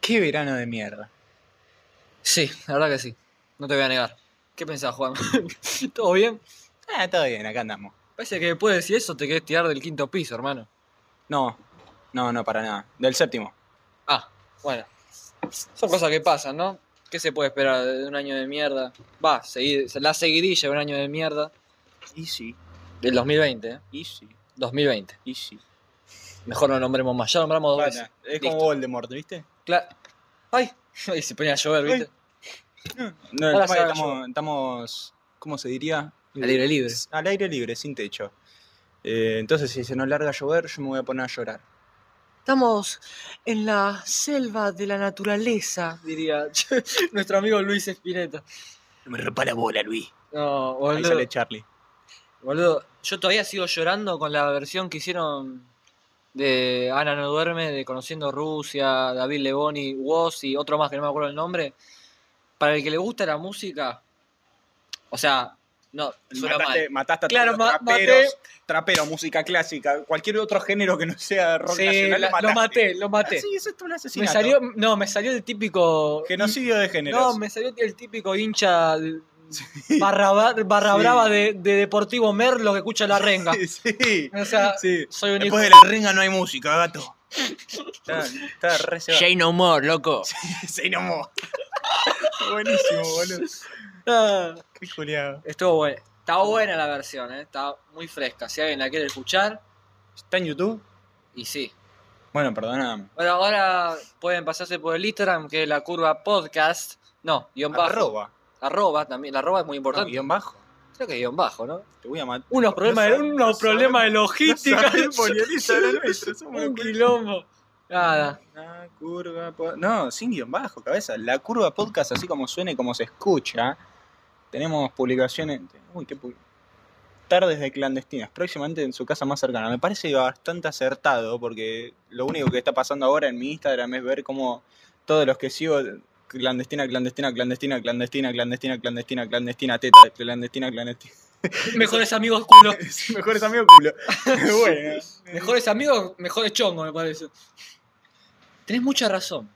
Qué verano de mierda. Sí, la verdad que sí. No te voy a negar. ¿Qué pensás, Juan? ¿Todo bien? Ah, todo bien, acá andamos. Parece que después de decir eso te querés tirar del quinto piso, hermano. No, no, no, para nada. Del séptimo. Ah, bueno. Son cosas que pasan, ¿no? ¿Qué se puede esperar de un año de mierda? Va, seguir, la seguidilla de un año de mierda Easy, del 2020, ¿eh? easy, 2020. easy. Mejor no nombremos más. Ya nombramos dos veces. Bueno, es como Listo. Voldemort, ¿viste? Cla- ¡Ay! Ay, se ponía a llover, ¿viste? No, Ahora el tema se es que va estamos, estamos, ¿cómo se diría? Al aire libre. Al aire libre, sin techo. Eh, entonces, si se nos larga a llover, yo me voy a poner a llorar. Estamos en la selva de la naturaleza, diría nuestro amigo Luis Espineta. No me rompa la bola, Luis. No, Ahí boludo. sale Charlie. Boludo, yo todavía sigo llorando con la versión que hicieron de Ana no duerme, de Conociendo Rusia, David Leboni, Woz y otro más que no me acuerdo el nombre. Para el que le gusta la música, o sea, no, suena Mataste, mal. mataste a Claro, todos los ma- traperos, trapero, música clásica, cualquier otro género que no sea rock Sí, nacional, la- lo mataste. Ah, maté, lo maté. Sí, es esto un Me asesinato. salió, no, me salió el típico. Genocidio de géneros. No, me salió el típico hincha de- barra, bar- barra Sí. brava de, de Deportivo Merlo que escucha la renga. Sí, sí. O sea, sí. soy un hijo. Después de la ringa no hay música, gato. está, está re cebado. No More, loco. Se nomó. Buenísimo, boludo. Ah, Qué juliado. Estuvo bueno. Está buena la versión, ¿eh? está muy fresca. Si alguien la quiere escuchar, ¿Está en YouTube? y sí. Bueno, perdóname. Bueno, ahora pueden pasarse por el Instagram, que es la curva podcast. No, guión bajo. Arroba. Ah, Arroba también. La arroba es muy No, importante. guión bajo. Creo que guión bajo, ¿no? Te voy a matar. Unos problemas, de, sabe- unos no problemas sabe- de logística. No sabe el polionista de la nuestra, somos un los quilombo. Nada. La curva po- No, sin guión bajo, cabeza. La curva podcast, así como suena y como se escucha. Tenemos publicaciones. Uy, qué pu- Tardes de clandestinas, próximamente en su casa más cercana. Me parece bastante acertado porque lo único que está pasando ahora en mi Instagram es ver cómo todos los que sigo clandestina, clandestina, clandestina, clandestina, clandestina, clandestina, clandestina, teta, clandestina, clandestina. Mejores amigos culo. Mejores amigos culo. bueno. Mejores amigos, mejores chongos, me parece. Tenés mucha razón.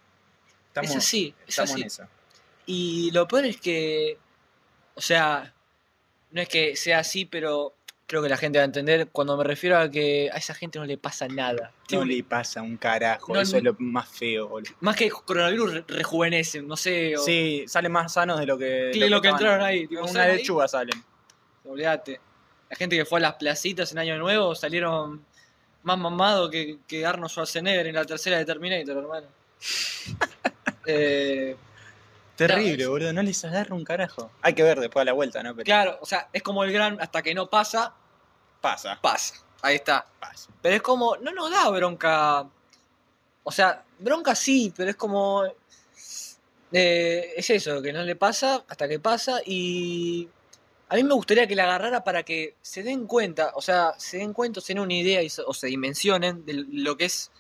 Estamos, es así, es estamos así. en esa. Y lo peor es que, o sea, no es que sea así, pero creo que la gente va a entender cuando me refiero a que a esa gente no le pasa nada. No le pasa un carajo, No, eso no. es lo más feo, boludo. Más que coronavirus re- rejuvenecen, no sé, o Sí, salen más sanos de lo que. Sí, de lo que estaban. entraron ahí, tipo, Una salen ahí. lechuga salen. olvídate. La gente que fue a las placitas en Año Nuevo salieron más mamado que, que Arnold Schwarzenegger en la tercera de Terminator, hermano. Eh, Terrible, es- boludo, no les agarra un carajo. Hay que ver después a la vuelta, ¿no? Pero claro, o sea, es como el gran, hasta que no pasa, pasa, pasa. Ahí está. pasa. Pero es como, no nos da bronca. O sea, bronca sí, pero es como. eh, es eso, que no le pasa hasta que pasa. Y a mí me gustaría que la agarrara para que se den cuenta, o sea, se den cuenta, se den una idea y se- o se dimensionen de lo que es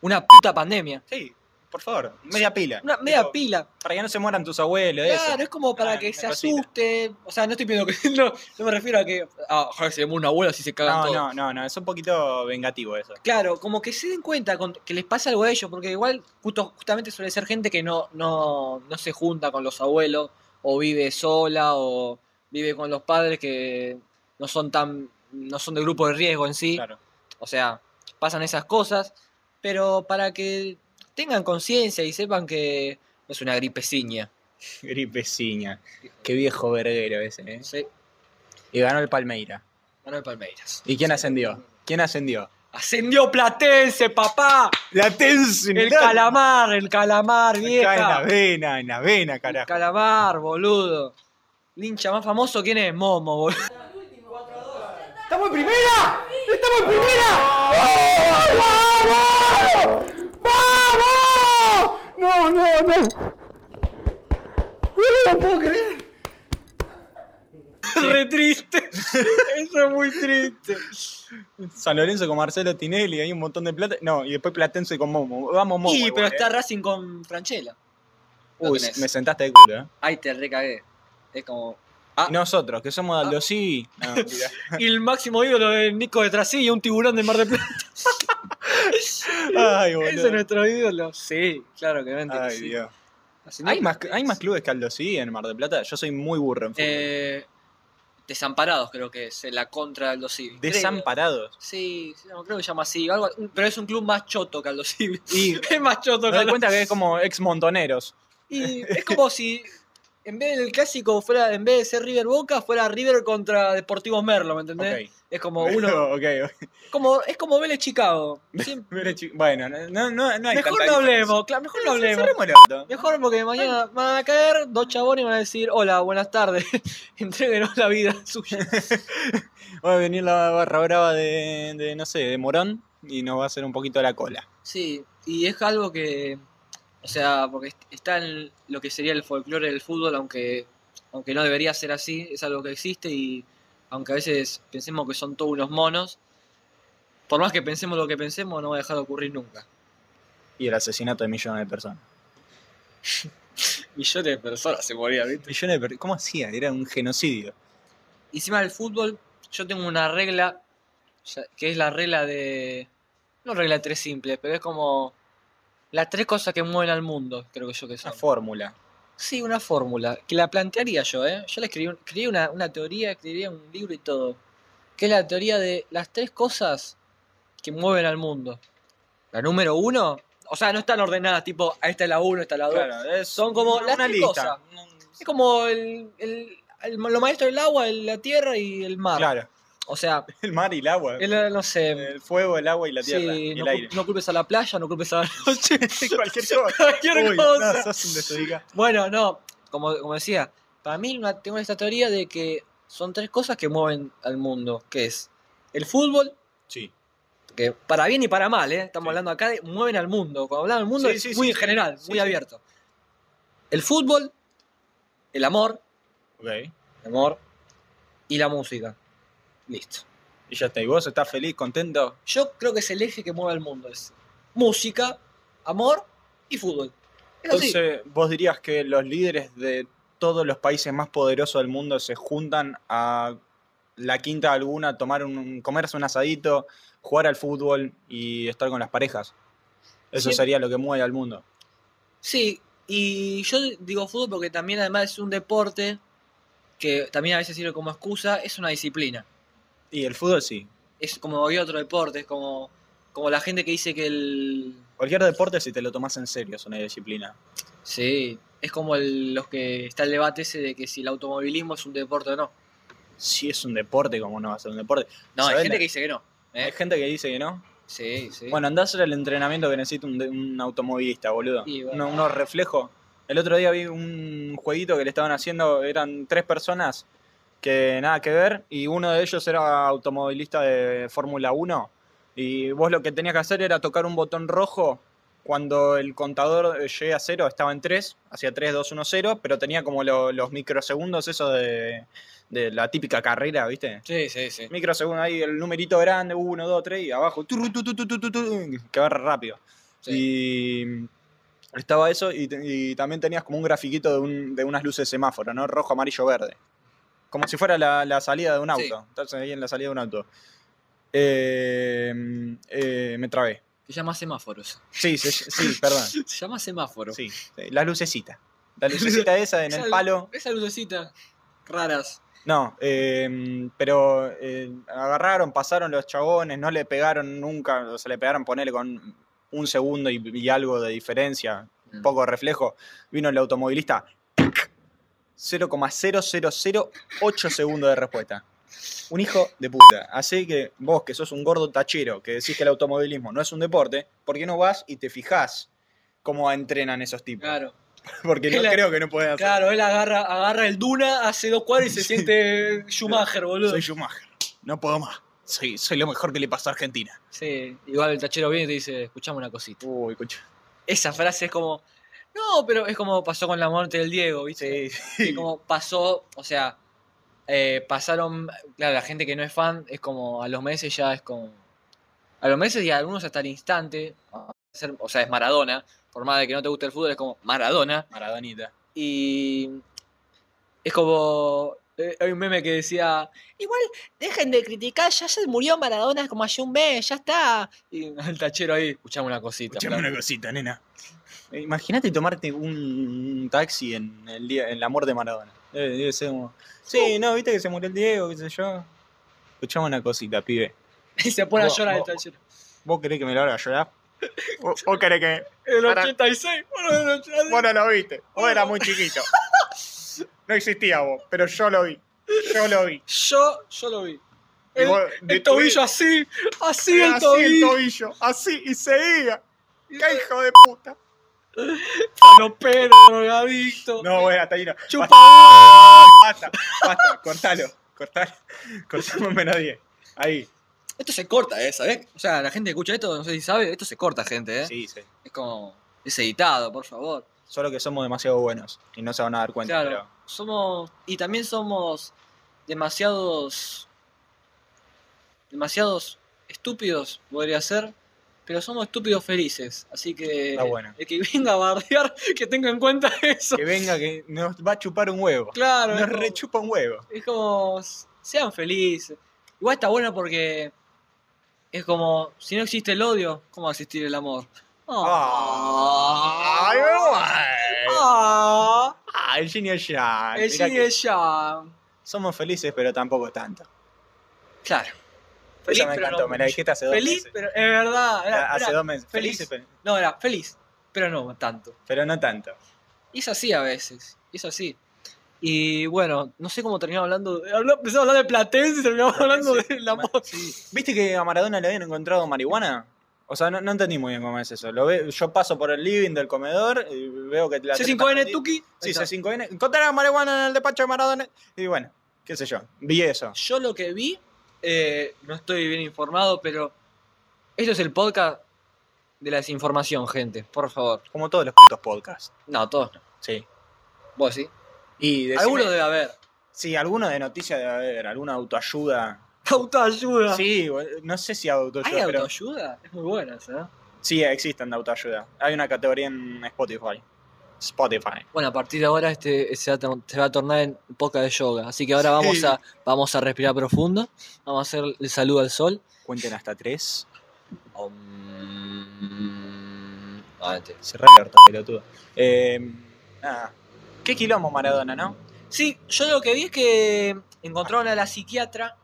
una puta pandemia. Sí, por favor, media pila. Una media Tipo, pila. Para que no se mueran tus abuelos, Claro, eso. es como para Ah, que una se cosita. asuste. O sea, no estoy pidiendo que. No, no me refiero a que. Ah, joder, se llamó una abuela si se cagan No, todos. no, no, no, es un poquito vengativo eso. Claro, como que se den cuenta con- que les pasa algo a ellos, porque igual justo, justamente suele ser gente que no, no, no se junta con los abuelos, o vive sola, o vive con los padres que no son tan, no son de grupo de riesgo en sí. Claro. O sea, pasan esas cosas, pero para que tengan conciencia y sepan que es una gripeciña. Gripeciña. Qué viejo verguero ese, ¿eh? Sí, Y ganó el Palmeira. Manuel Palmeiras. ¿Y quién ascendió? ¿Quién ascendió? ¡Ascendió Platense, papá! La tensión. El calamar, el calamar, vieja. Acá en la vena, en la vena, carajo. Calamar, boludo. Lincha más famoso, ¿quién es? Momo, boludo. ¡Estamos en primera! ¡Estamos en primera! ¡Vamos! ¡Vamos! No, no, no. No lo puedo creer. Re triste. Eso es muy triste. San Lorenzo con Marcelo Tinelli, hay un montón de plata. No, y después Platense con Momo. Vamos, Momo. y, igual, pero eh. está Racing con Franchella. Lo Uy, tenés. me sentaste de culo, eh. Ay, te recagué. Es como. Ah. Y nosotros, que somos de Aldosí. No, Y el máximo ídolo de Nico de Trasí y un tiburón de Mar de Plata. Ay, boludo. Ese es nuestro ídolo. Sí, claro que vente. Ay, sí. Dios. La señora- ¿Hay más, hay más clubes que Aldo sí en Mar del Plata. Yo soy muy burro en fútbol. Eh, Desamparados, creo que es. La contra de Aldo Civi. Desamparados. Sí, sí, no, creo que se llama así. algo- un- pero es un club más choto que Aldo Civi. Y es más choto me que doy Aldo cuenta que es como ex montoneros. Y es como si en vez del clásico fuera, en vez de ser River Boca, fuera River contra Deportivo Merlo, ¿me entendés? Ok. Es como uno. ok, ok. Como, es como Vélez Chicago. Siempre- Pero, chi- Bueno, no, no, no hay mejor tanta no diferencia. hablemos, claro, mejor no hablemos. Cerremos el orto. Mejor porque mañana van a caer dos chabones y van a decir, hola, buenas tardes, entréguenos la vida suya. Va a venir la barra brava de, de, no sé, de Morón y nos va a hacer un poquito la cola. Sí, y es algo que, o sea, porque est- está en lo que sería el folclore del fútbol, aunque, aunque no debería ser así, es algo que existe y aunque a veces pensemos que son todos unos monos, por más que pensemos lo que pensemos, no va a dejar de ocurrir nunca. Y el asesinato de millones de personas. Millones de personas se morían, ¿viste? Millones de per- ¿Cómo hacía? Era un genocidio. Y encima del fútbol, yo tengo una regla, ya- que es la regla de... No regla de tres simples, pero es como las tres cosas que mueven al mundo, creo que yo que Una son. fórmula. Sí, una fórmula, que la plantearía yo, ¿eh? Yo la escribí, un- escribí una, una teoría, escribí un libro y todo, que es la teoría de las tres cosas que mueven al mundo. La número uno, o sea, no están ordenadas, tipo, ah, esta es la uno, esta es la dos. es Son como las tres cosas. Es como el, el, el- los maestros del agua, el- la tierra y el mar. Claro. O sea, El mar y el agua. El, él, no sé, fuego, el agua y la tierra. sí, y el no, cul- aire. no culpes a la playa, no culpes a la noche, Cualquier cosa. cualquier Uy, cosa. no, sos un desubicado. Bueno, no, como, como decía, para mí una- tengo esta teoría de que son tres cosas que mueven al mundo, que es el fútbol, Sí. que para bien y para mal, ¿eh? estamos Sí. hablando acá de mueven al mundo, cuando hablamos del mundo Sí, es sí, muy sí, en sí. general, Sí, muy sí. abierto. El fútbol, el amor, Ok. el amor y la música. Listo. Y ya está. ¿Y vos estás feliz, contento? Yo creo que es el eje que mueve al mundo, es música, amor y fútbol. Es así. Entonces, ¿vos dirías que los líderes de todos los países más poderosos del mundo se juntan a la quinta alguna, tomar un, comerse un asadito, jugar al fútbol y estar con las parejas? Eso Sí. sería lo que mueve al mundo. Sí, y yo digo fútbol porque también además es un deporte que también a veces sirve como excusa, es una disciplina. Y el fútbol sí. Es como hoy otro deporte, es como, como la gente que dice que el... Cualquier deporte, si te lo tomás en serio, es una disciplina. Sí, es como el- los que está el debate ese de que si el automovilismo es un deporte o no. Si es un deporte, ¿cómo no va a ser un deporte? No, hay ¿Sabés gente la- que dice que no. ¿eh? Hay gente que dice que no. Sí, sí. Bueno, andás a hacer el entrenamiento que necesita un, de- un automovilista, boludo. Y bueno. Uno- unos reflejos. El otro día vi un jueguito que le estaban haciendo, eran tres personas que nada que ver, y uno de ellos era automovilista de Fórmula 1, y vos lo que tenías que hacer era tocar un botón rojo cuando el contador eh, llegue a cero, estaba en 3, hacía 3, 2, 1, 0, pero tenía como lo- los microsegundos, eso de, de la típica carrera, ¿viste? Sí, sí, sí. microsegundo ahí, el numerito grande, 1, 2, 3 y abajo, turru, tu, tu, tu, tu, tu, tu, que va re rápido. sí. Y estaba eso y, te- y también tenías como un grafiquito de, un- de unas luces de semáforo, ¿no? Rojo, amarillo, verde. Como si fuera la, la salida de un auto. Sí. Estás ahí en la salida de un auto. Eh, eh, me trabé. Se llama semáforos. Sí, sí, sí, perdón. Se llama semáforo. Sí, sí, la lucecita. La lucecita esa en Esa el lu- palo. Esa lucecita. Raras. No, eh, pero eh, agarraron, pasaron los chabones, no le pegaron nunca, o sea, le pegaron, ponele con un segundo y, y algo de diferencia, Mm. poco de reflejo. Vino el automovilista, 0,0008 segundos de respuesta. Un hijo de puta. Así que vos, que sos un gordo tachero, que decís que el automovilismo no es un deporte, ¿por qué no vas y te fijás cómo entrenan esos tipos? Claro. Porque no Es la- creo que no puedan hacer. Claro, él agarra, agarra el Duna, hace dos cuadros y se siente Schumacher, boludo. Soy Schumacher. No puedo más. Soy, soy lo mejor que le pasó a Argentina. Sí, igual el tachero viene y te dice, escuchame una cosita. Uy, escucha. Esa frase es como, no, pero es como pasó con la muerte del Diego, ¿viste? Sí, Es como pasó, o sea, eh, pasaron, claro, la gente que no es fan es como, a los meses ya es como, a los meses y a algunos hasta el instante, ser- o sea, es Maradona, por más de que no te guste el fútbol, es como Maradona. Maradonita. Y es como Eh, hay un meme que decía, igual, dejen de criticar, ya se murió Maradona como hace un mes, ya está. Y el tachero ahí, escuchame una cosita. Escuchame flaco. una cosita, nena. Eh, Imagínate tomarte un taxi en el día, en la muerte de Maradona. Debe, debe ser como. Sí, no, viste que se murió el Diego, qué sé yo. Escuchame una cosita, pibe. Y se pone a Vos- llorar el vos- tachero. ¿Vos querés que me lo haga llorar? ¿Vos vos querés que.? El Pará. 86, bueno, el 86. no lo viste. muy chiquito. No existía vos, pero yo lo vi. Yo lo vi. Yo, yo lo vi. Y El, vos el de- tobillo así, así el Así el tobillo. tobillo, así y seguía. ¡Qué hijo de puta! Falopero, drogadicto. No, bueno, hasta ahí no. Chupa- Basta, basta, cortalo, cortalo. Cortalo en menos 10. Ahí. Esto se corta, ¿eh? ¿Sabés? O sea, la gente que escucha esto, no sé si sabe, esto se corta, gente, ¿eh? Sí, sí. Es como, es editado, por favor. Solo que somos demasiado buenos y no se van a dar cuenta. claro, somos, y también somos demasiados, demasiados estúpidos, podría ser, pero somos estúpidos felices, así que Está bueno. el que venga a bardear, que tenga en cuenta eso. Pero que venga que nos va a chupar un huevo. Claro, Nos es como- rechupa un huevo. Es como, sean felices. Igual está bueno porque es como, si no existe el odio, ¿cómo va a existir el amor? Ah. Ay, ay. Ah. Ah, el genio ya. El yin y el yang. Somos felices, pero tampoco tanto. Claro. Esa me pero encantó, no me la mucho. dijiste hace dos Feliz, meses. pero es verdad. era- hace era- dos meses. feliz. Felices, pero, No, era feliz, pero no tanto. pero no tanto. Y es así a veces, y es así. Y bueno, no sé cómo terminamos hablando. de- habló- Empezamos a hablar de Platense y terminamos hablando del amor. ¿Viste que a Maradona le habían encontrado marihuana? O sea, no, no entendí muy bien cómo es eso. Lo ve- yo paso por el living del comedor y veo que la. C5N, trepa- Tuki. Sí, Ahí está. C5N. Encontraron marihuana en el despacho de Maradona. Y bueno, qué sé yo. Vi eso. Yo lo que vi, eh, no estoy bien informado, pero esto es el podcast de la desinformación, gente, por favor. Como todos los putos podcasts. No, todos no. Sí. Vos sí. Y decime- Alguno debe haber. Sí, alguno de noticias debe haber. Alguna autoayuda. Autoayuda. Sí, bol- no sé si Ah. ¿Hay autoayuda, pero. autoayuda? Es muy buena esa. ¿eh? Sí, existen de autoayuda. Hay una categoría en Spotify. Spotify. Bueno, a partir de ahora este se va, a tor- se va a tornar en poca de yoga. Así que ahora vamos Sí. a vamos a respirar profundo. Vamos a hacer el saludo al sol. Cuenten hasta tres. Om. Ah, este. Adelante. Cerrá el orto, pelotudo. Eh, nada. Qué quilombo Maradona, ¿no? Sí, yo lo que vi es que encontraron a la psiquiatra.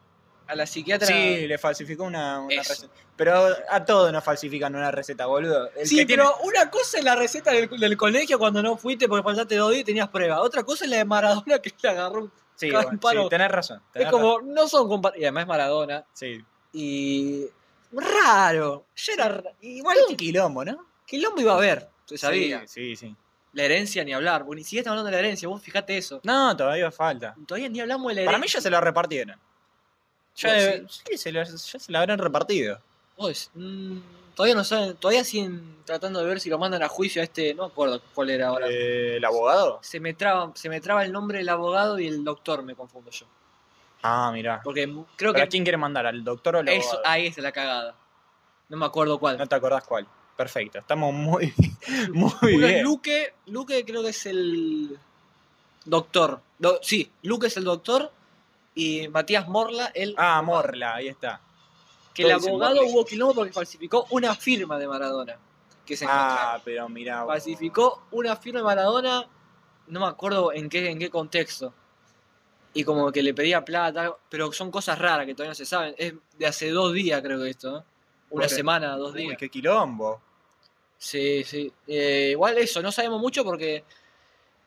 A la psiquiatra. Sí, le falsificó una, una Eso. receta. Pero a todos nos falsifican una receta, boludo. El Sí, que tiene- pero una cosa es la receta del, del colegio cuando no fuiste porque faltaste dos días y tenías prueba. Otra cosa es la de Maradona que le agarró. un- Sí, cada bueno, paro- sí, tenés razón. tenés Es razón. como, no son compa- Y además Maradona. Sí. Y. Raro. Yo era. ra- Igual Todo un que quilombo, ¿no? Quilombo iba a haber. Se sabía. Sí, sí, sí. La herencia ni hablar. Bueno, ni siquiera estamos hablando de la herencia. Vos fijate eso. No, todavía falta. Todavía ni hablamos de la Para herencia. mí ya se lo repartieron. Pues Ya, Vos debe- sí, se lo, ya se lo habrán repartido. Vos, mm, todavía no saben. Todavía siguen tratando de ver si lo mandan a juicio a este. No me acuerdo cuál era ahora. Eh, ¿El abogado? Se me, traba, se me traba el nombre del abogado y el doctor, me confundo yo. Ah, mirá. Porque mu- creo ¿Pero a que quién quiere mandar? ¿Al doctor o al eso, abogado? ahí está la cagada. No me acuerdo cuál. No te acordás cuál. Perfecto. Estamos muy, muy Uno es bien. Luque, Luque creo que es el doctor. Do- sí, Luque es el doctor y Matías Morla, el Ah, Morla, ahí está. que el todos dicen abogado Morla. hubo quilombo porque falsificó una firma de Maradona. Que se encontraba. Ah, pero mirá. vos. falsificó una firma de Maradona, no me acuerdo en qué, en qué contexto. Y como que le pedía plata, algo- pero son cosas raras que todavía no se saben. Es de hace dos días creo que esto, ¿no? Una Correcto. semana, dos días. Uy, qué quilombo. Sí, sí. Eh, igual eso, no sabemos mucho porque,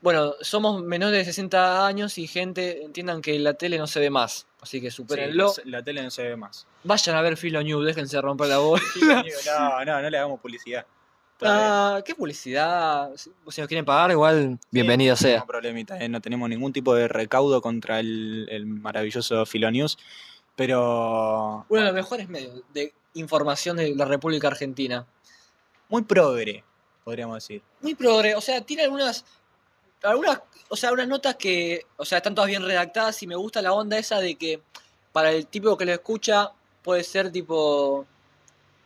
bueno, somos menores de 60 años y gente, entiendan que la tele no se ve más. Así que supérenlo. Sí, la, la tele no se ve más. Vayan a ver Filo News, déjense romper la voz. no, no, no le hagamos publicidad. Todavía. Ah, qué publicidad. Si si nos quieren pagar, igual, bienvenido Sí, sea. No, problemita, eh, no tenemos ningún tipo de recaudo contra el, el maravilloso Filonews. Pero Uno de los mejores medios de información de la República Argentina. muy progre, podríamos decir. Muy progre, o sea, tiene algunas, algunas, o sea, unas notas que, o sea, están todas bien redactadas y me gusta la onda esa de que para el tipo que lo escucha puede ser tipo,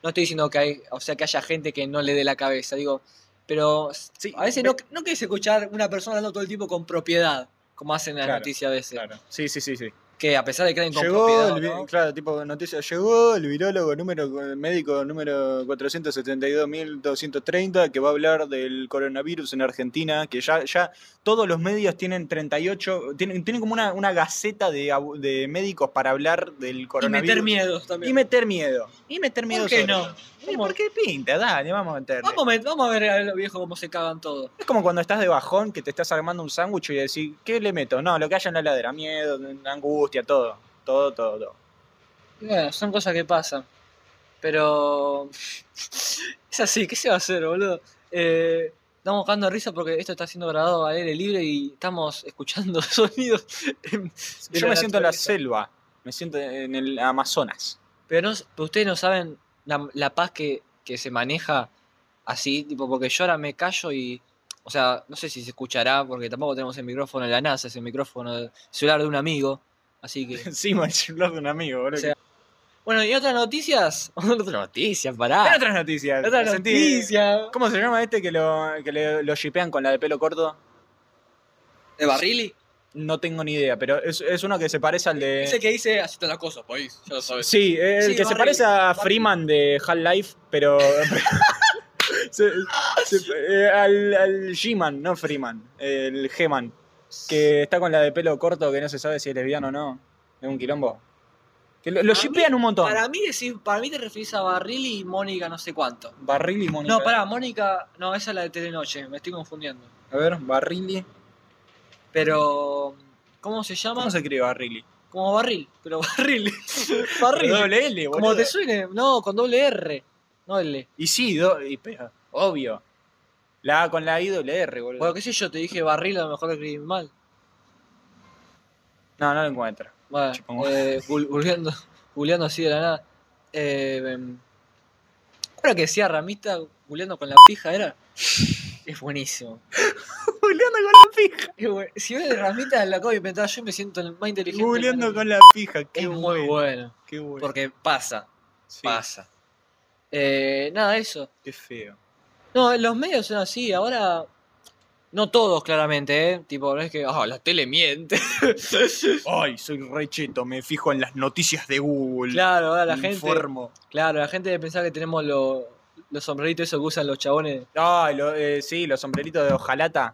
no estoy diciendo que hay, o sea, que haya gente que no le dé la cabeza, digo, pero Sí, a veces ve- no, no querés escuchar una persona hablando todo el tiempo con propiedad. como hacen las Claro, noticias a veces. Claro. Sí, sí, sí, sí. Que a pesar de que eran con Llegó propiedad, el, vi- ¿no? claro, tipo noticia, llegó el virólogo número el médico número 472.230 que va a hablar del coronavirus en Argentina, que ya ya todos los medios tienen 38 tienen, tienen como una, una gaceta de, abu- de médicos para hablar del y coronavirus. meter miedos Y también. meter miedo. Y meter miedo. ¿Por qué sobre no? todo. Eh, ¿Cómo? ¿Por qué pinta? Dale, vamos a meterle. Vamos, a met- vamos a ver a los viejos cómo se cagan todos. Es como cuando estás de bajón que te estás armando un sándwich y decís, ¿qué le meto? No, lo que haya en la heladera, miedo, angustia, todo. Todo, todo, todo. Y bueno, son cosas que pasan. Pero. Es así, ¿qué se va a hacer, boludo? Eh, estamos buscando risa porque esto está siendo grabado al aire libre y estamos escuchando sonidos. en- de Yo me siento en la naturaleza. selva, me siento en el Amazonas. Pero, no, pero ustedes no saben la, la paz que, que se maneja así, tipo, porque yo ahora me callo y. O sea, no sé si se escuchará, porque tampoco tenemos el micrófono de la NASA, es el micrófono del celular de un amigo. Así que. Encima el celular de un amigo, boludo. O sea, Bueno, y otras noticias. otras noticias, pará. Hay otras noticias. Otras Sentí- noticias. ¿Cómo se llama este que lo que le- lo shipean con la de pelo corto? ¿De Barrili? No tengo ni idea, pero es, es uno que se parece al de. Ese que dice, así están las cosas, país, ya lo sabes. Sí, el Sí, que se Barry. parece a Freeman de Half-Life, pero. se- se- eh, al al G-Man, no Freeman, el G-Man, que está con la de pelo corto que no se sabe si es lesbiano o no. Es un quilombo. Que lo, lo A mí- shipean un montón. Para mí, decís, para mí te referís a Barrili y Mónica no sé cuánto. Barril y Mónica. No, pará, Mónica, no, esa es la de Telenoche, me estoy confundiendo. A ver, Barrili. Pero, ¿cómo se llama? ¿Cómo se escribe Barrili? Como barril, pero barril. Barrili. barril. Doble L, Como boludo. te suene, no, con doble R, no L. Y sí, do- y pero, obvio. La A con la I doble R, boludo. Bueno, qué sé yo, te dije barril, a lo mejor lo escribí mal. No, no lo encuentro. Bueno, Chupamos. eh, gu- googleando, googleando así de la nada. Eh, em, ¿cuál era que decía Ramita googleando con la pija era? Es buenísimo. Googleando con la pija. Es bu- Si ves de Ramita la acabo de inventar, yo me siento el más inteligente. Googleando con la pija, qué Es muy bueno. bueno. Qué bueno. Porque pasa, Sí, pasa. Eh, nada, eso. Qué feo. No, los medios son así, ahora. No todos, claramente, ¿eh? Tipo, no es que. Ah, la tele miente. Ay, soy recheto, me fijo en las noticias de Google. claro, ahora la Me gente. Informo. Claro, la gente debe pensar que tenemos los los sombreritos esos que usan los chabones. Ay, lo- eh, sí, los sombreritos de hojalata,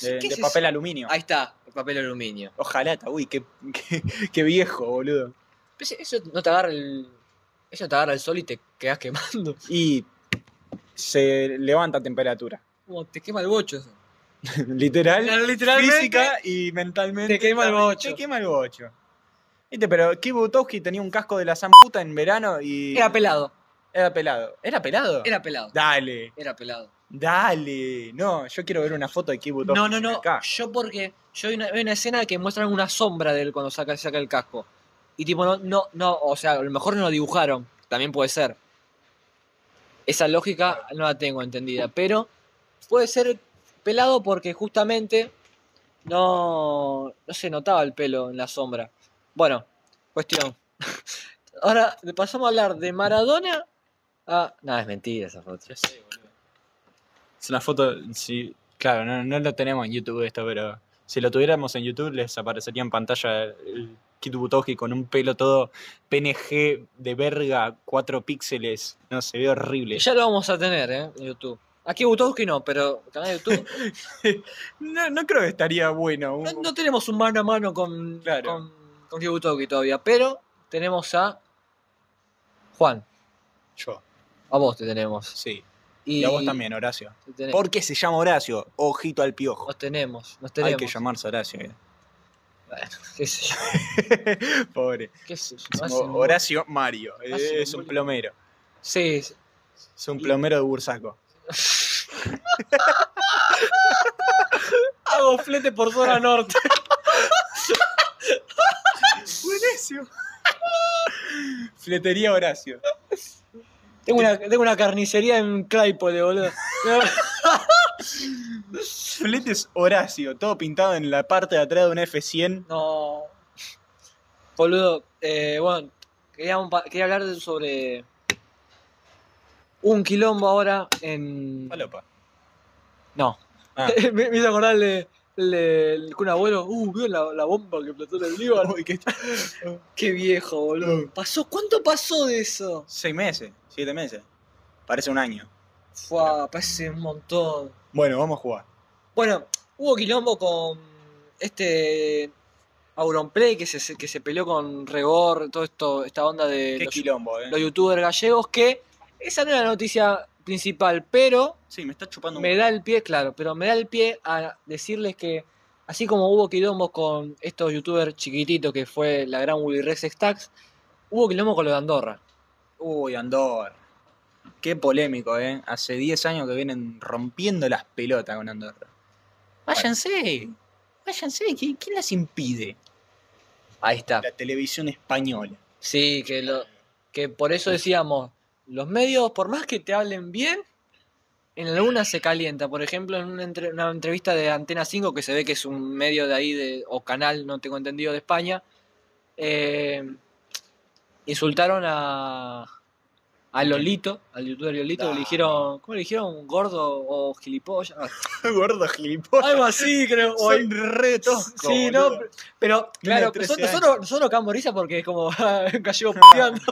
de, ¿Qué de es papel eso? aluminio. Ahí está, el papel aluminio. Hojalata, uy, qué, qué, qué viejo, boludo. Pero ese- Eso no te agarra el. Eso te agarra el sol y te quedas quemando. Y se levanta temperatura. Como te quema el bocho eso. Literal. Literalmente. física y mentalmente. Te quema el también. bocho. Te quema el bocho. Viste, pero Kibutowski tenía un casco de la san puta en verano y. Era pelado. Era pelado. ¿Era pelado? Era pelado. Dale, Era pelado. dale. No, yo quiero ver una foto de Kibutowski. No, no, no. acá. Yo porque. Yo hay una, hay una escena que muestran una sombra de él cuando saca, saca el casco. Y tipo, no, no, no, o sea, a lo mejor no lo dibujaron. También puede ser. Esa lógica no la tengo entendida. Pero puede ser pelado porque justamente no, no se notaba el pelo en la sombra. Bueno, cuestión. Ahora pasamos a hablar de Maradona. Ah, no, es mentira esa foto. Es una foto. Sí, claro, no, no lo tenemos en YouTube esto, pero si lo tuviéramos en YouTube les aparecería en pantalla el Kibutowski con un pelo todo PNG de verga, 4 píxeles. No, se ve horrible. Ya lo vamos a tener, ¿eh? En YouTube. Aquí Butowski no, pero el canal de YouTube. No, no creo que estaría bueno. un- No, no tenemos un mano a mano con, Claro. con, con Kibu Tauki todavía, pero tenemos a Juan. Yo, A vos te tenemos. sí. Y, Y, a vos también, Horacio. te tenemos. ¿Por qué se llama Horacio? Ojito al piojo. Nos tenemos, nos Hay tenemos. que llamarse Horacio. eh. ¿Qué sé yo? Pobre. ¿Qué sé yo? Como Hace un- Horacio Mario. eh, Hace un Es un boludo. plomero. Sí, sí. Es un plomero de Bursaco. Hago flete por zona norte. Buenísimo. Fletería Horacio. tengo, una, tengo una carnicería en Claypole, boludo. Fletes Horacio. Todo pintado en la parte de atrás de un F100. No. Boludo, eh, bueno, quería, un pa- quería hablar de- sobre un quilombo ahora en... Palopa. No. Ah. me, me hizo acordar el de el, el Kun Abuelo, uh, vio la, la bomba que explotó en el Líbano. Uy, qué- Qué viejo, boludo. ¿Pasó? ¿Cuánto pasó de eso? Seis meses, siete meses. Parece un año. Fua, parece un montón. Bueno, vamos a jugar. Bueno, hubo quilombo con este Auronplay que se, que se peleó con Regor, todo esto, esta onda de Qué los, quilombo, eh. los youtubers gallegos, que esa no era la noticia principal, pero Sí, me está chupando me un... da el pie, claro, pero me da el pie a decirles que así como hubo quilombo con estos youtubers chiquititos que fue la gran Willy Rex Stacks, hubo quilombo con lo de Andorra. Uy, Andorra. Qué polémico, eh. Hace 10 años que vienen rompiendo las pelotas con Andorra. Váyanse. Váyanse. ¿qui- ¿Quién, las impide? Ahí está. La televisión española. Sí, que lo, que por eso decíamos, los medios, por más que te hablen bien, en alguna se calienta. Por ejemplo, en una, entre- una entrevista de Antena 5, que se ve que es un medio de ahí, de, o canal, no tengo entendido, de España, eh, insultaron a, a Lolito, al youtuber Lolito, le Dale. dijeron, ¿cómo le dijeron? ¿Gordo o gilipollas? Gordo gilipollas. Algo así, creo. o Son re tosco, Sí, no, boludo. pero- pero claro, 13 nosotros, años. nosotros, nosotros acá en Morisa porque es como ah, un gallego puteando.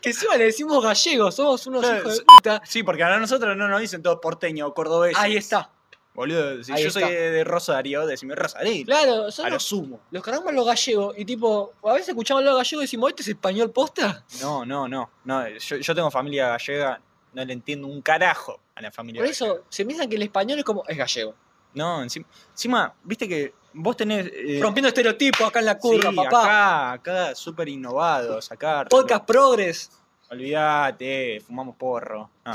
que encima le decimos gallegos, somos unos Claro, hijos de sí. puta. Sí, porque a nosotros no nos dicen todos porteño o cordobés. Ahí está. Boludo, si Ahí yo soy está. de de Rosario, decime Rosario. Claro, A nosotros lo sumo. los cargamos los gallegos y tipo, a veces escuchamos los gallegos y decimos, ¿este es español posta? No, no, no. no yo, yo tengo familia gallega, no le entiendo un carajo a la familia Por gallega. eso se piensan que el español es como, es gallego. No, encima, encima, viste que vos tenés. eh, Rompiendo estereotipos acá en la sí, curva, papá. Acá, acá, súper innovados. Acá. Podcast progres. Olvídate, fumamos porro. Ah,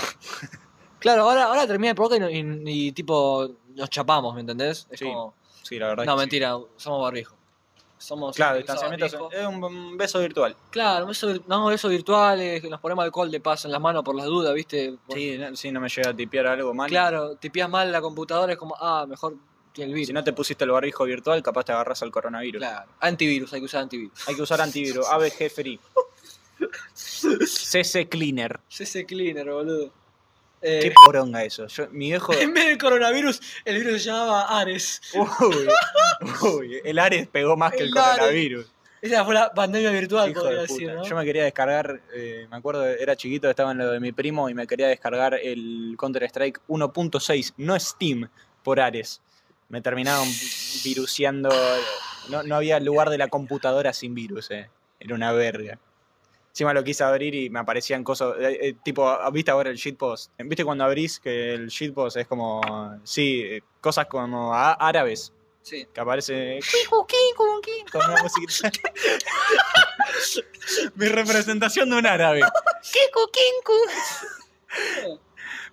Claro, ahora, ahora termina el podcast y, y, tipo, nos chapamos, ¿me entendés? Es Sí, como, sí, la verdad. no, que sí. mentira, somos barbijo. Somos Claro, somos distanciamiento barbijo. es un- un beso virtual. Claro, besos, vir- no, besos virtuales, que nos ponemos alcohol de paso en las manos por las dudas, ¿viste? Por- Sí, no, sí, no me llega a tipear algo mal. Claro, tipeas mal la computadora, es como, ah, mejor que el virus. Si no te pusiste el barbijo virtual, capaz te agarras al coronavirus. Claro, antivirus, hay que usar antivirus. Hay que usar antivirus, ABG free. CC Cleaner. CC Cleaner, boludo. Qué Eh, poronga eso. Yo, mi viejo. en vez del coronavirus, el virus se llamaba Ares. Uy, uy, el Ares pegó más que el El Ares. coronavirus. Esa fue la pandemia virtual, Hijo podría de decir, puta. ¿no? Yo me quería descargar, eh, me acuerdo, era chiquito, estaba en lo de mi primo y me quería descargar el Counter-Strike 1.6, no Steam, por Ares. Me terminaron viruseando. No, no había lugar de la computadora sin virus, eh. Era una verga. Encima lo quise abrir y me aparecían cosas. eh, eh, tipo, ¿viste ahora el shitpost? ¿Viste cuando abrís que el shitpost es como. Sí, eh, cosas como á- árabes Sí. que aparece con una musiquita. Mi representación de un árabe.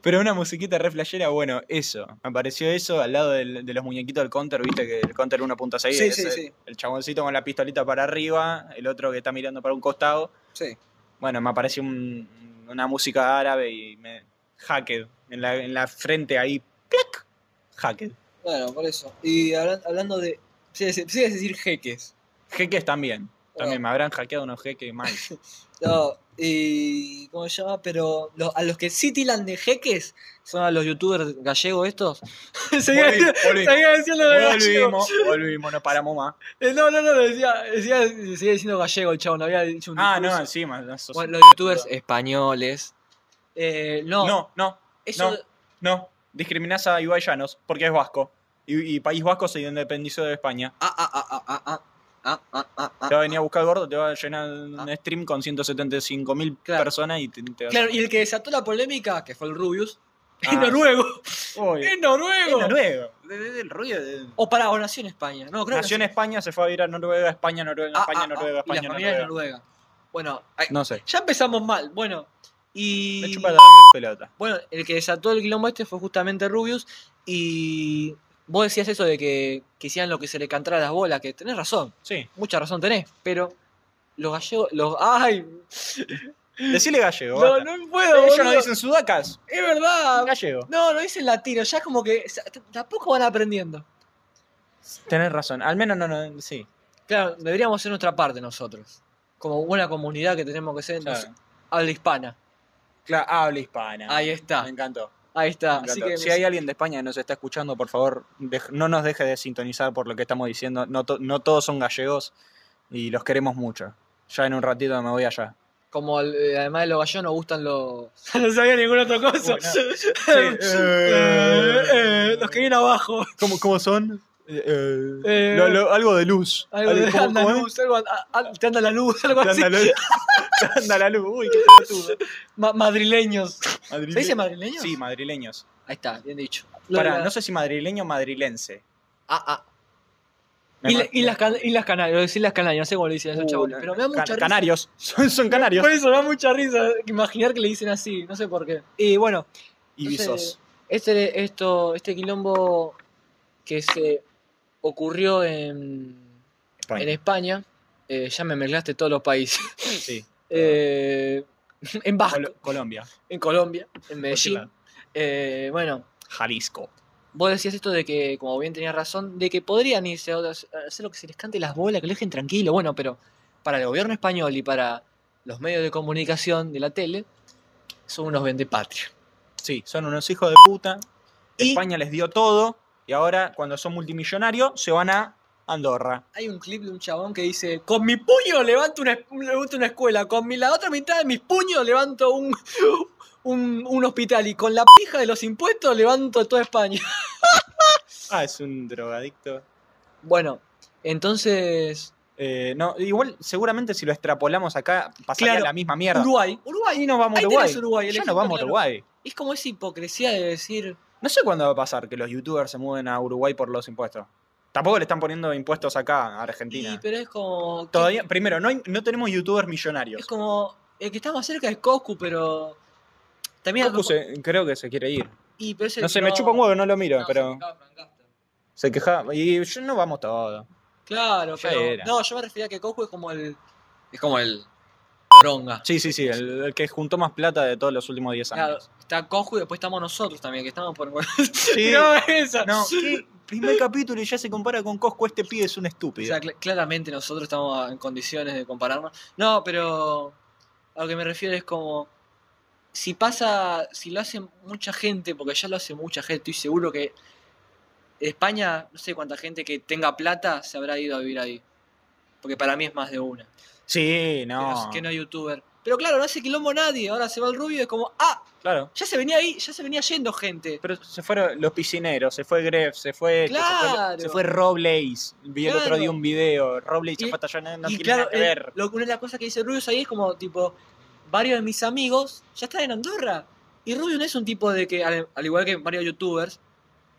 Pero una musiquita re flashera, bueno, eso. Me Apareció eso al lado del- de los muñequitos del counter, viste que el counter 1.6 Sí, es sí, el, sí. el chaboncito con la pistolita para arriba, el otro que está mirando para un costado. Sí. Bueno, me apareció un- una música árabe y me. Hacked. En la, en la frente ahí. ¡Plac! Hacked. Bueno, por eso. Y hablan- hablando de. Sí, sí, sí, es decir, jeques. Jeques también. También me habrán hackeado unos jeques mal. No, y. ¿Cómo se llama? Pero lo- a los que sí tiran de jeques son a los youtubers gallegos estos. Seguía Volvimos, volvimos. seguía diciendo de gallego. Volvimos, volvimos, no paramos más. Eh, No, no, no, decía, decía, seguía diciendo gallego el chavo, no había dicho un Ah, no, discurso. encima. no, sos- Bueno, los youtubers españoles. Eh, no, no, no, eso. no. no. Discriminás a Ibai Llanos porque es vasco. Y, y País Vasco se independizó de España. Ah, ah, ah, ah, ah, ah, ah, ah, ah, Te va a venir a buscar gordo, te va a llenar un Ah. stream con 175 mil Claro. personas y te, te va a- Claro, y el que desató la polémica, que fue el Rubius, Ah. es noruego. Uy, Es noruego. es noruego. De- de- del ruido de- O para, o nació en España. No, creo Nació en que España, se fue a vivir a Noruega, España, Noruega, Ah, España, ah, ah, Noruega, y la España, familia Noruega. es noruega. Bueno, ay, No sé. ya empezamos mal. Bueno, y. Me chupa la pelota. Bueno, el que desató el quilombo este fue justamente Rubius. Y vos decías eso de que quisieran lo que se le cantara las bolas, que tenés razón, Sí. mucha razón tenés, pero los gallegos, los. ¡Ay! Decile gallego. No, basta. no puedo. Ellos no boludo. dicen sudacas. Es verdad. Gallego. No, no dicen latino, ya es como que. o sea, t- Tampoco van aprendiendo. Tenés razón. Al menos no, no sí. Claro, deberíamos hacer nuestra parte nosotros. Como buena comunidad que tenemos que ser, nos- Claro. habla hispana. Claro, habla hispana. Ahí está. Me encantó. Ahí está. Me Así encantó. que si hay alguien de España que nos está escuchando, por favor, dej- no nos deje de sintonizar por lo que estamos diciendo. No, to- no todos son gallegos y los queremos mucho. Ya en un ratito me voy allá. como el- eh, además de los gallos nos gustan los. no sabía ninguna otra cosa. Bueno, Eh, eh, los que vienen abajo. ¿Cómo, cómo son? Eh, eh, Eh, lo- lo- algo de luz. Algo de- ¿cómo- anda cómo es? luz, algo- a- a- te anda la luz, algo Te así. anda la luz. Te anda la luz. Uy, qué pelotudo. Ma- madrileños. ¿Se dice Madrileño. madrileños? Sí, madrileños. Ahí está, bien dicho. Pará, no sé si madrileño o madrilense. Ah, ah. Me Y, la- ma- y las can- y las canarias, decir las canarias, no sé cómo le dicen a esos Uh, chabones. Pero me da mucha Can- risa. canarios. Son, son canarios. Por eso me da mucha risa imaginar que le dicen así, no sé por qué. Y bueno, Ibisos. entonces, este, esto, este quilombo que se ocurrió en en España. España, eh, ya me mezclaste todos los países. Sí. Eh, en Vasco, Col- Colombia. en Colombia, en Medellín. lado. Eh, bueno, Jalisco. vos decías esto de que, como bien tenías razón, de que podrían irse a otras- a hacer lo que se les cante las bolas, que lo dejen tranquilo. Bueno, pero para el gobierno español y para los medios de comunicación de la tele, son unos vendepatria. Sí, son unos hijos de puta. Y- España les dio todo y ahora cuando son multimillonarios se van a Andorra. Hay un clip de un chabón que dice, con mi puño levanto una, es- levanto una escuela, con mi, la otra mitad de mis puños levanto un, un, un hospital y con la pija de los impuestos levanto toda España. Ah, es un drogadicto. Bueno, entonces... Eh, no, igual seguramente si lo extrapolamos acá pasaría Claro. la misma mierda. Uruguay. Ahí nos vamos a Ahí Uruguay. tenés Uruguay, el ya nos ejemplo vamos a claro. Uruguay. Es como esa hipocresía de decir, No sé cuándo va a pasar que los youtubers se muden a Uruguay por los impuestos. Tampoco le están poniendo impuestos acá a Argentina. "Y, pero es como... que- Todavía, primero, no, hay- no tenemos youtubers millonarios. Es como... El que está más cerca es Coscu, pero... También... Goku se- creo que se quiere ir. y, pero ese No sé, me chupa un huevo, no lo miro, no, pero se acaba, arrancaste. se quejaba. Y yo no vamos todo. Claro, Ya pero... era. No, yo me refería a que Coscu es como el... Es como el... Ronga. Sí, sí, sí, el, el que juntó más plata de todos los últimos 10 Claro, años. está Coscu y después estamos nosotros también, que estamos por. Sí. no, esa. No, ¿qué? primer capítulo y ya se compara con Cosco, este pibe es un O estúpido. sea, cl- claramente nosotros estamos en condiciones de compararnos. No, pero a lo que me refiero es como. Si pasa, si lo hace mucha gente, porque ya lo hace mucha gente, estoy seguro que España, no sé cuánta gente que tenga plata se habrá ido a vivir ahí. Porque para mí es más de una. Sí, Que, no. no, que no es youtuber. Pero claro, no hace quilombo nadie. Ahora se va el rubio y es como, ah, Claro. ya se venía ahí, ya se venía yendo gente. Pero se fueron los piscineros, se fue Gref, se fue. este, Claro. Se fue, se fue Robles. Vi el otro Claro. día un video. Robles Y- se fue hasta allá, no, no y tiene claro, nada que eh, ver. lo- una de las cosas que dice Rubius ahí es como, tipo, varios de mis amigos ya están en Andorra. Y Rubius no es un tipo de que, al, al igual que varios youtubers,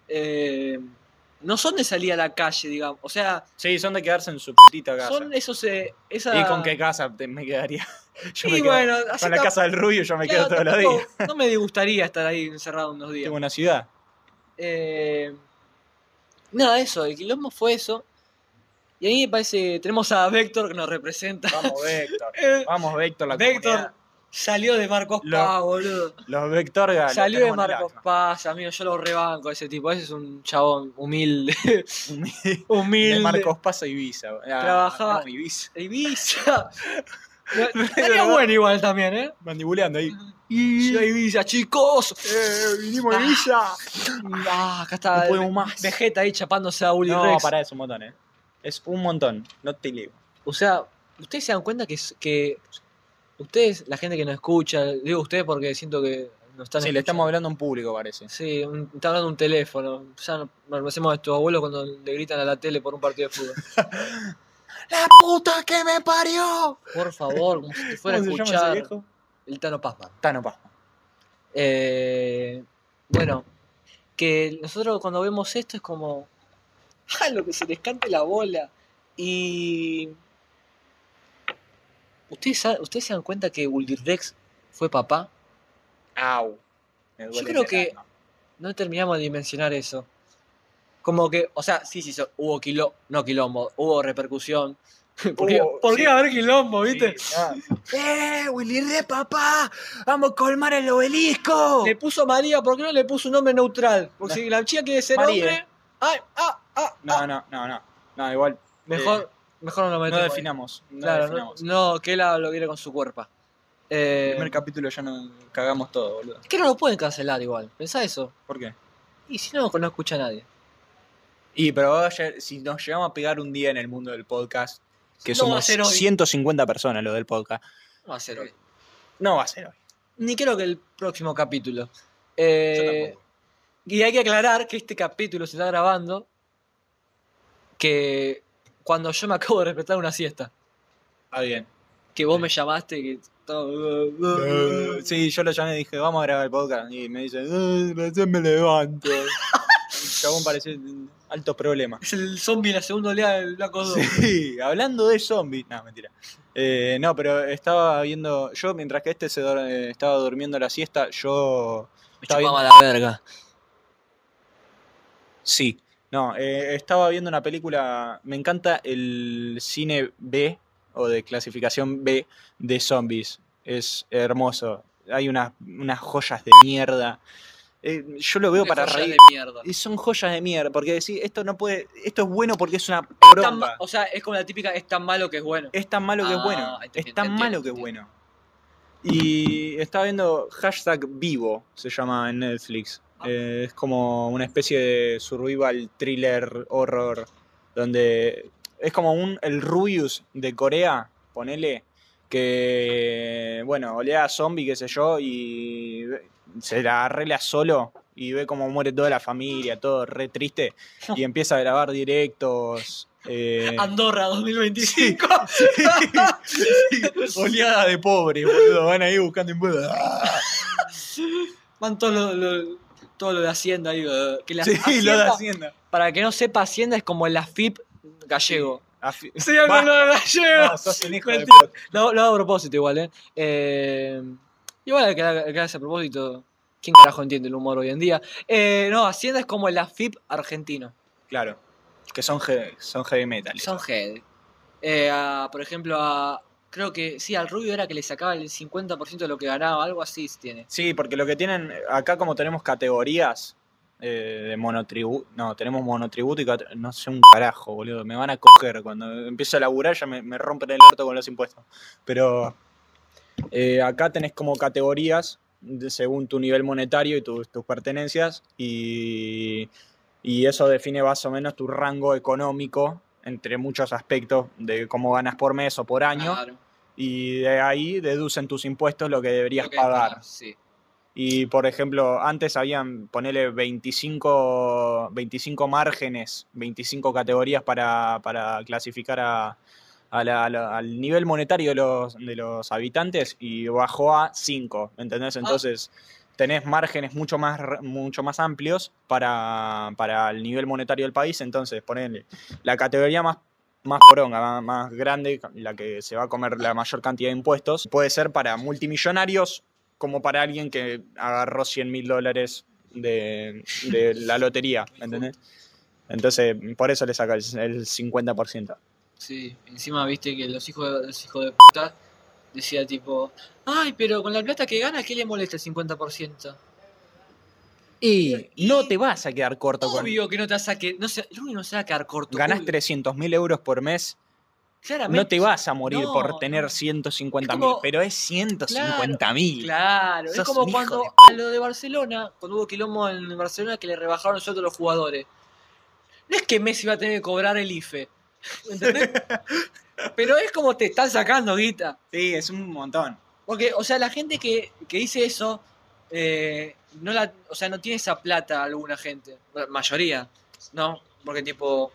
eh, no son de salir a la calle, digamos. O sea, Sí, son de quedarse en su putita casa. son esos... eh, esa... ¿Y con qué casa te- me quedaría? Yo Y me quedo- bueno, así con la tam- casa del rubio yo me claro, quedo todos los tampoco- días. No me disgustaría estar ahí encerrado unos días. Tengo una ciudad. Eh, nada, eso, el quilombo fue eso. Y a mí me parece, tenemos a Vector que nos representa. Vamos, Vector. Eh, Vamos, Vector, la Vector comunidad. salió de Marcos Lo- Paz, boludo. Los Vector ganan. Salió de Marcos Paz, amigo, yo lo rebanco a ese tipo. Ese es un chabón humilde. humilde. De Marcos Paz a Ibiza. Ah, Trabajaba- no, Ibiza. Ibiza. Estaría verdad. bueno igual también, ¿eh? Mandibuleando ahí. Yo a Ibiza, chicos. ¡Eh, vinimos a Ibiza! Ah, acá está. No podemos más. Vegeta ahí chapándose a Uli No, Rex. pará, es un montón, eh. Es un montón. No te leo. O sea, ustedes se dan cuenta que, es- que ustedes, la gente que nos escucha, digo ustedes porque siento que nos están Sí, le escuchando. estamos hablando a un público, parece. Sí, un- está hablando un teléfono. Ya no- nos hacemos de tu abuelo cuando le gritan a la tele por un partido de fútbol. ¡La puta que me parió! Por favor, como si te fuera a ¿Cómo se llama ese escuchar viejo? el Tano Pazman. Tano Paz. Eh, bueno, que nosotros cuando vemos esto es como. ¡Ah, lo que se les cante la bola! Y. ¿Ustedes, sa- ¿Ustedes se dan cuenta que Rex fue papá? Au. Me duele creo el que- alma. No terminamos de dimensionar eso. Como que, o sea, sí, sí, so- hubo quilombo, no quilombo, hubo repercusión. Porque, Hubo, ¿Por sí. qué va a haber quilombo, Sí, viste? ah. ¡Eh, Willy Re, papá! ¡Vamos a colmar el obelisco! Le puso María, ¿por qué no le puso un nombre neutral? Porque si la chica quiere ser María. hombre. ¡Ay, ah, ah! No, no, no, no. No, igual. Mejor, mejor no lo No metemos. ahí. definamos. No Claro, no, definamos. no, que él lo viera con su cuerpo. El Eh, primer capítulo ya nos cagamos todo, boludo. es que no lo pueden cancelar igual, pensá eso. ¿Por qué? Y si no, no escucha a nadie. Y pero va a lle- si nos llegamos a pegar un día en el mundo del podcast, que No va a somos ser hoy. 150 personas lo del podcast, No va a ser hoy. no va a ser hoy. Ni creo que el próximo capítulo. Eh, y hay que aclarar que este capítulo se está grabando que cuando yo me acabo de respetar una siesta. Ah, bien. Que vos me llamaste que todo- Eh, Sí, yo lo llamé y dije, vamos a grabar el podcast. Y me dice, "Eh, recién me levanto. El chabón parecía un alto problema. Es el zombie en la segunda oleada del Blanco 2. Sí, hablando de zombies. No, mentira. Eh, no, pero estaba viendo. Yo, mientras que este se dor- eh, estaba durmiendo la siesta, yo. Me estaba chupaba viendo- la verga. Sí. No, eh, estaba viendo una película. Me encanta el cine B o de clasificación B de zombies. Es hermoso. Hay unas, unas joyas de mierda. Eh, yo lo veo para Joyas reír. de mierda. Y son joyas de mierda. Porque decir, esto no puede. Esto es bueno porque es una Es tan ma- poronga. o sea, es como la típica, es tan malo que es bueno. Es tan malo que es Ah, bueno. ahí te Es entiendo, tan te malo que es entiendo, bueno. Y estaba viendo hashtag vivo, se llama en Netflix. Ah. Eh, es como una especie de survival thriller horror. Donde es como un el Rubius de Corea, ponele. Que bueno, olea a zombie, qué sé yo, y ve- se la arregla solo y ve cómo muere toda la familia, todo re triste. Y empieza a grabar directos. eh, Andorra 2025. Oleada de pobres, boludo. Van ahí buscando impuestos. ¡Ah! Van todo lo, lo- todo lo de Hacienda ahí. eh, Que la Sí, lo de Hacienda- Hacienda. Para el que no sepa, Hacienda es como el AFIP gallego. Afi- Sí, algo Basta, lo de gallego. no, sos un hijo de Mentira. puta. Lo, lo hago a propósito igual, ¿eh? eh igual el que, el que hace a propósito, ¿quién carajo entiende el humor hoy en día? Eh, no, Hacienda es como el AFIP argentino. Claro. Que son, he- son heavy metal. Son head. Eh, a- por ejemplo, a, creo que sí, al Rubio era que le sacaba el 50% de lo que ganaba, algo así tiene. Sí, porque lo que tienen. Acá, como tenemos categorías eh, de monotributo. No, tenemos monotributo y. cate- No sé un carajo, boludo. Me van a coger. Cuando empiezo a laburar ya me, me rompen el orto con los impuestos. Pero. eh, acá tenés como categorías de- según tu nivel monetario y tus- tus pertenencias. Y. Y eso define más o menos tu rango económico entre muchos aspectos de cómo ganas por mes o por año. Claro, Y de ahí deducen tus impuestos lo que deberías lo que pagar. sí. Y por ejemplo, antes habían, ponele 25, 25 márgenes, 25 categorías para, para clasificar a, a la- a la- al nivel monetario de los, de los habitantes y bajó a 5, ¿entendés? Entonces tenés márgenes mucho más, r- mucho más amplios para, para el nivel monetario del país, entonces ponele la categoría más... Más poronga, más, más grande, la que se va a comer la mayor cantidad de impuestos. Puede ser para multimillonarios como para alguien que agarró 100 mil dólares de, de la lotería, ¿entendés? Entonces, por eso le saca el, el 50%. Sí, encima viste que los hijos de, los hijos de puta decía tipo, ay, pero con la plata que gana, ¿qué le molesta el 50%? Y no te vas a quedar corto con... Obvio que no te saque, no se, el Rubio no se va a quedar corto. Ganás obvio. 300 mil euros por mes, Claramente. no te vas a morir No, por tener no. 150 Es mil, como- pero es 150 mil. Claro, es Sos como un hijo de cuando a lo de Barcelona, cuando hubo quilombo en Barcelona que le rebajaron sueldo a los jugadores. No es que Messi va a tener que cobrar el IFE, ¿entendés? Pero es como te están sacando guita. Sí, es un montón. Porque, o sea, la gente que, que dice eso, eh, no la, o sea, no tiene esa plata alguna gente, la mayoría, ¿no? Porque tipo,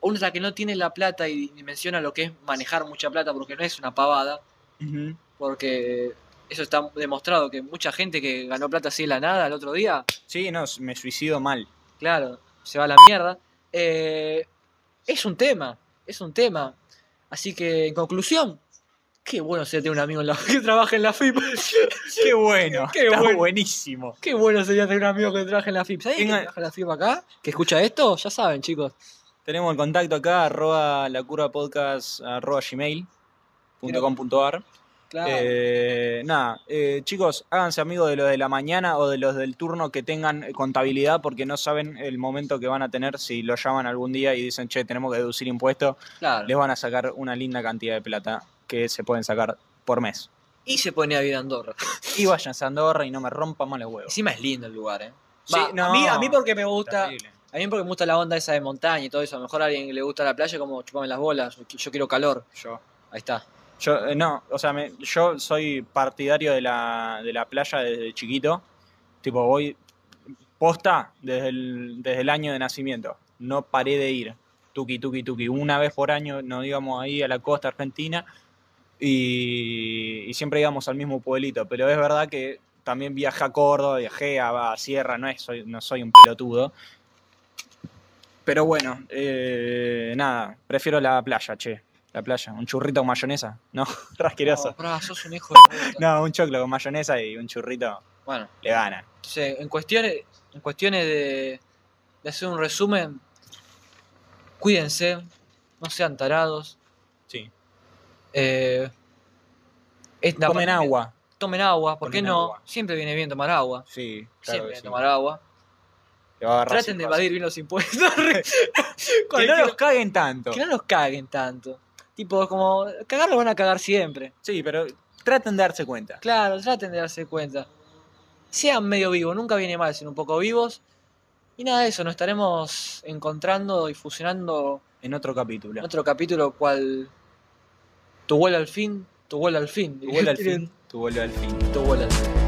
uno la que no tiene la plata y menciona lo que es manejar mucha plata porque no es una pavada, porque eso está demostrado que mucha gente que ganó plata así de la nada el otro día, Sí, no, me suicido mal. claro, se va a la mierda. Eh, es un tema, es un tema. Así que, en conclusión, qué bueno sería tener un amigo en la, que trabaja en la FIP. Qué bueno, Qué está bueno. buenísimo. qué bueno sería tener un amigo que trabaje en la FIP. ¿Sabés quién Tenga- trabaja en la FIP acá? ¿Que escucha esto? Ya saben, chicos. Tenemos el contacto acá, arroba la curva podcast, arroba gmail, punto com punto ar. Claro. Eh, nada, eh, chicos, háganse amigos de los de la mañana o de los del turno que tengan eh, contabilidad porque no saben el momento que van a tener si lo llaman algún día y dicen, che, tenemos que deducir impuestos, claro. les van a sacar una linda cantidad de plata que se pueden sacar por mes. y se pone a vivir a Andorra. Y vayan a Andorra y no me rompan más los huevos. Encima es lindo el lugar, ¿eh? Sí, Va, no, a, mí, a mí porque me gusta. Terrible. A mí porque me gusta la onda esa de montaña y todo eso. A lo mejor a alguien que le gusta la playa como chupame las bolas. yo qui- Yo quiero calor. Yo. Ahí está. Yo, eh, no, o sea, me- yo soy partidario de la, de la playa desde chiquito. Tipo, voy posta desde el, desde el año de nacimiento. No paré de ir. Tuki, tuki, tuki. Una vez por año nos íbamos ahí a la costa argentina y, y siempre íbamos al mismo pueblito. Pero es verdad que también viajé a Córdoba, viajé a, a Sierra, no, es, soy, no soy un pelotudo. Pero bueno, eh, nada, prefiero la playa, che. La playa, un churrito con mayonesa. No, No, rasqueroso. Oh, pará, sos un hijo de puta. No, un choclo con mayonesa y un churrito Bueno, le gana. entonces, en cuestiones, en cuestiones de, de hacer un resumen, cuídense, no sean tarados. Sí. eh, es la Comen parte- agua. Tomen agua, ¿por qué Tomen no? agua. Siempre viene bien tomar agua. Sí, claro. Siempre que sí. tomar agua. Te va a agarrar Traten de sin razón. evadir bien los impuestos. Que no Cualquier- los caguen tanto. que no los caguen tanto. Tipo, como, cagar lo van a cagar siempre. Sí, pero traten de darse cuenta. Claro, traten de darse cuenta. Sean medio vivos, nunca viene mal ser un poco vivos. Y nada de eso, nos estaremos encontrando y fusionando En otro capítulo. en otro capítulo cual tu vuelo al fin, tu vuelo al fin. Tu vuelo al fin. Tu vuelo al fin. Tu vuelo al fin.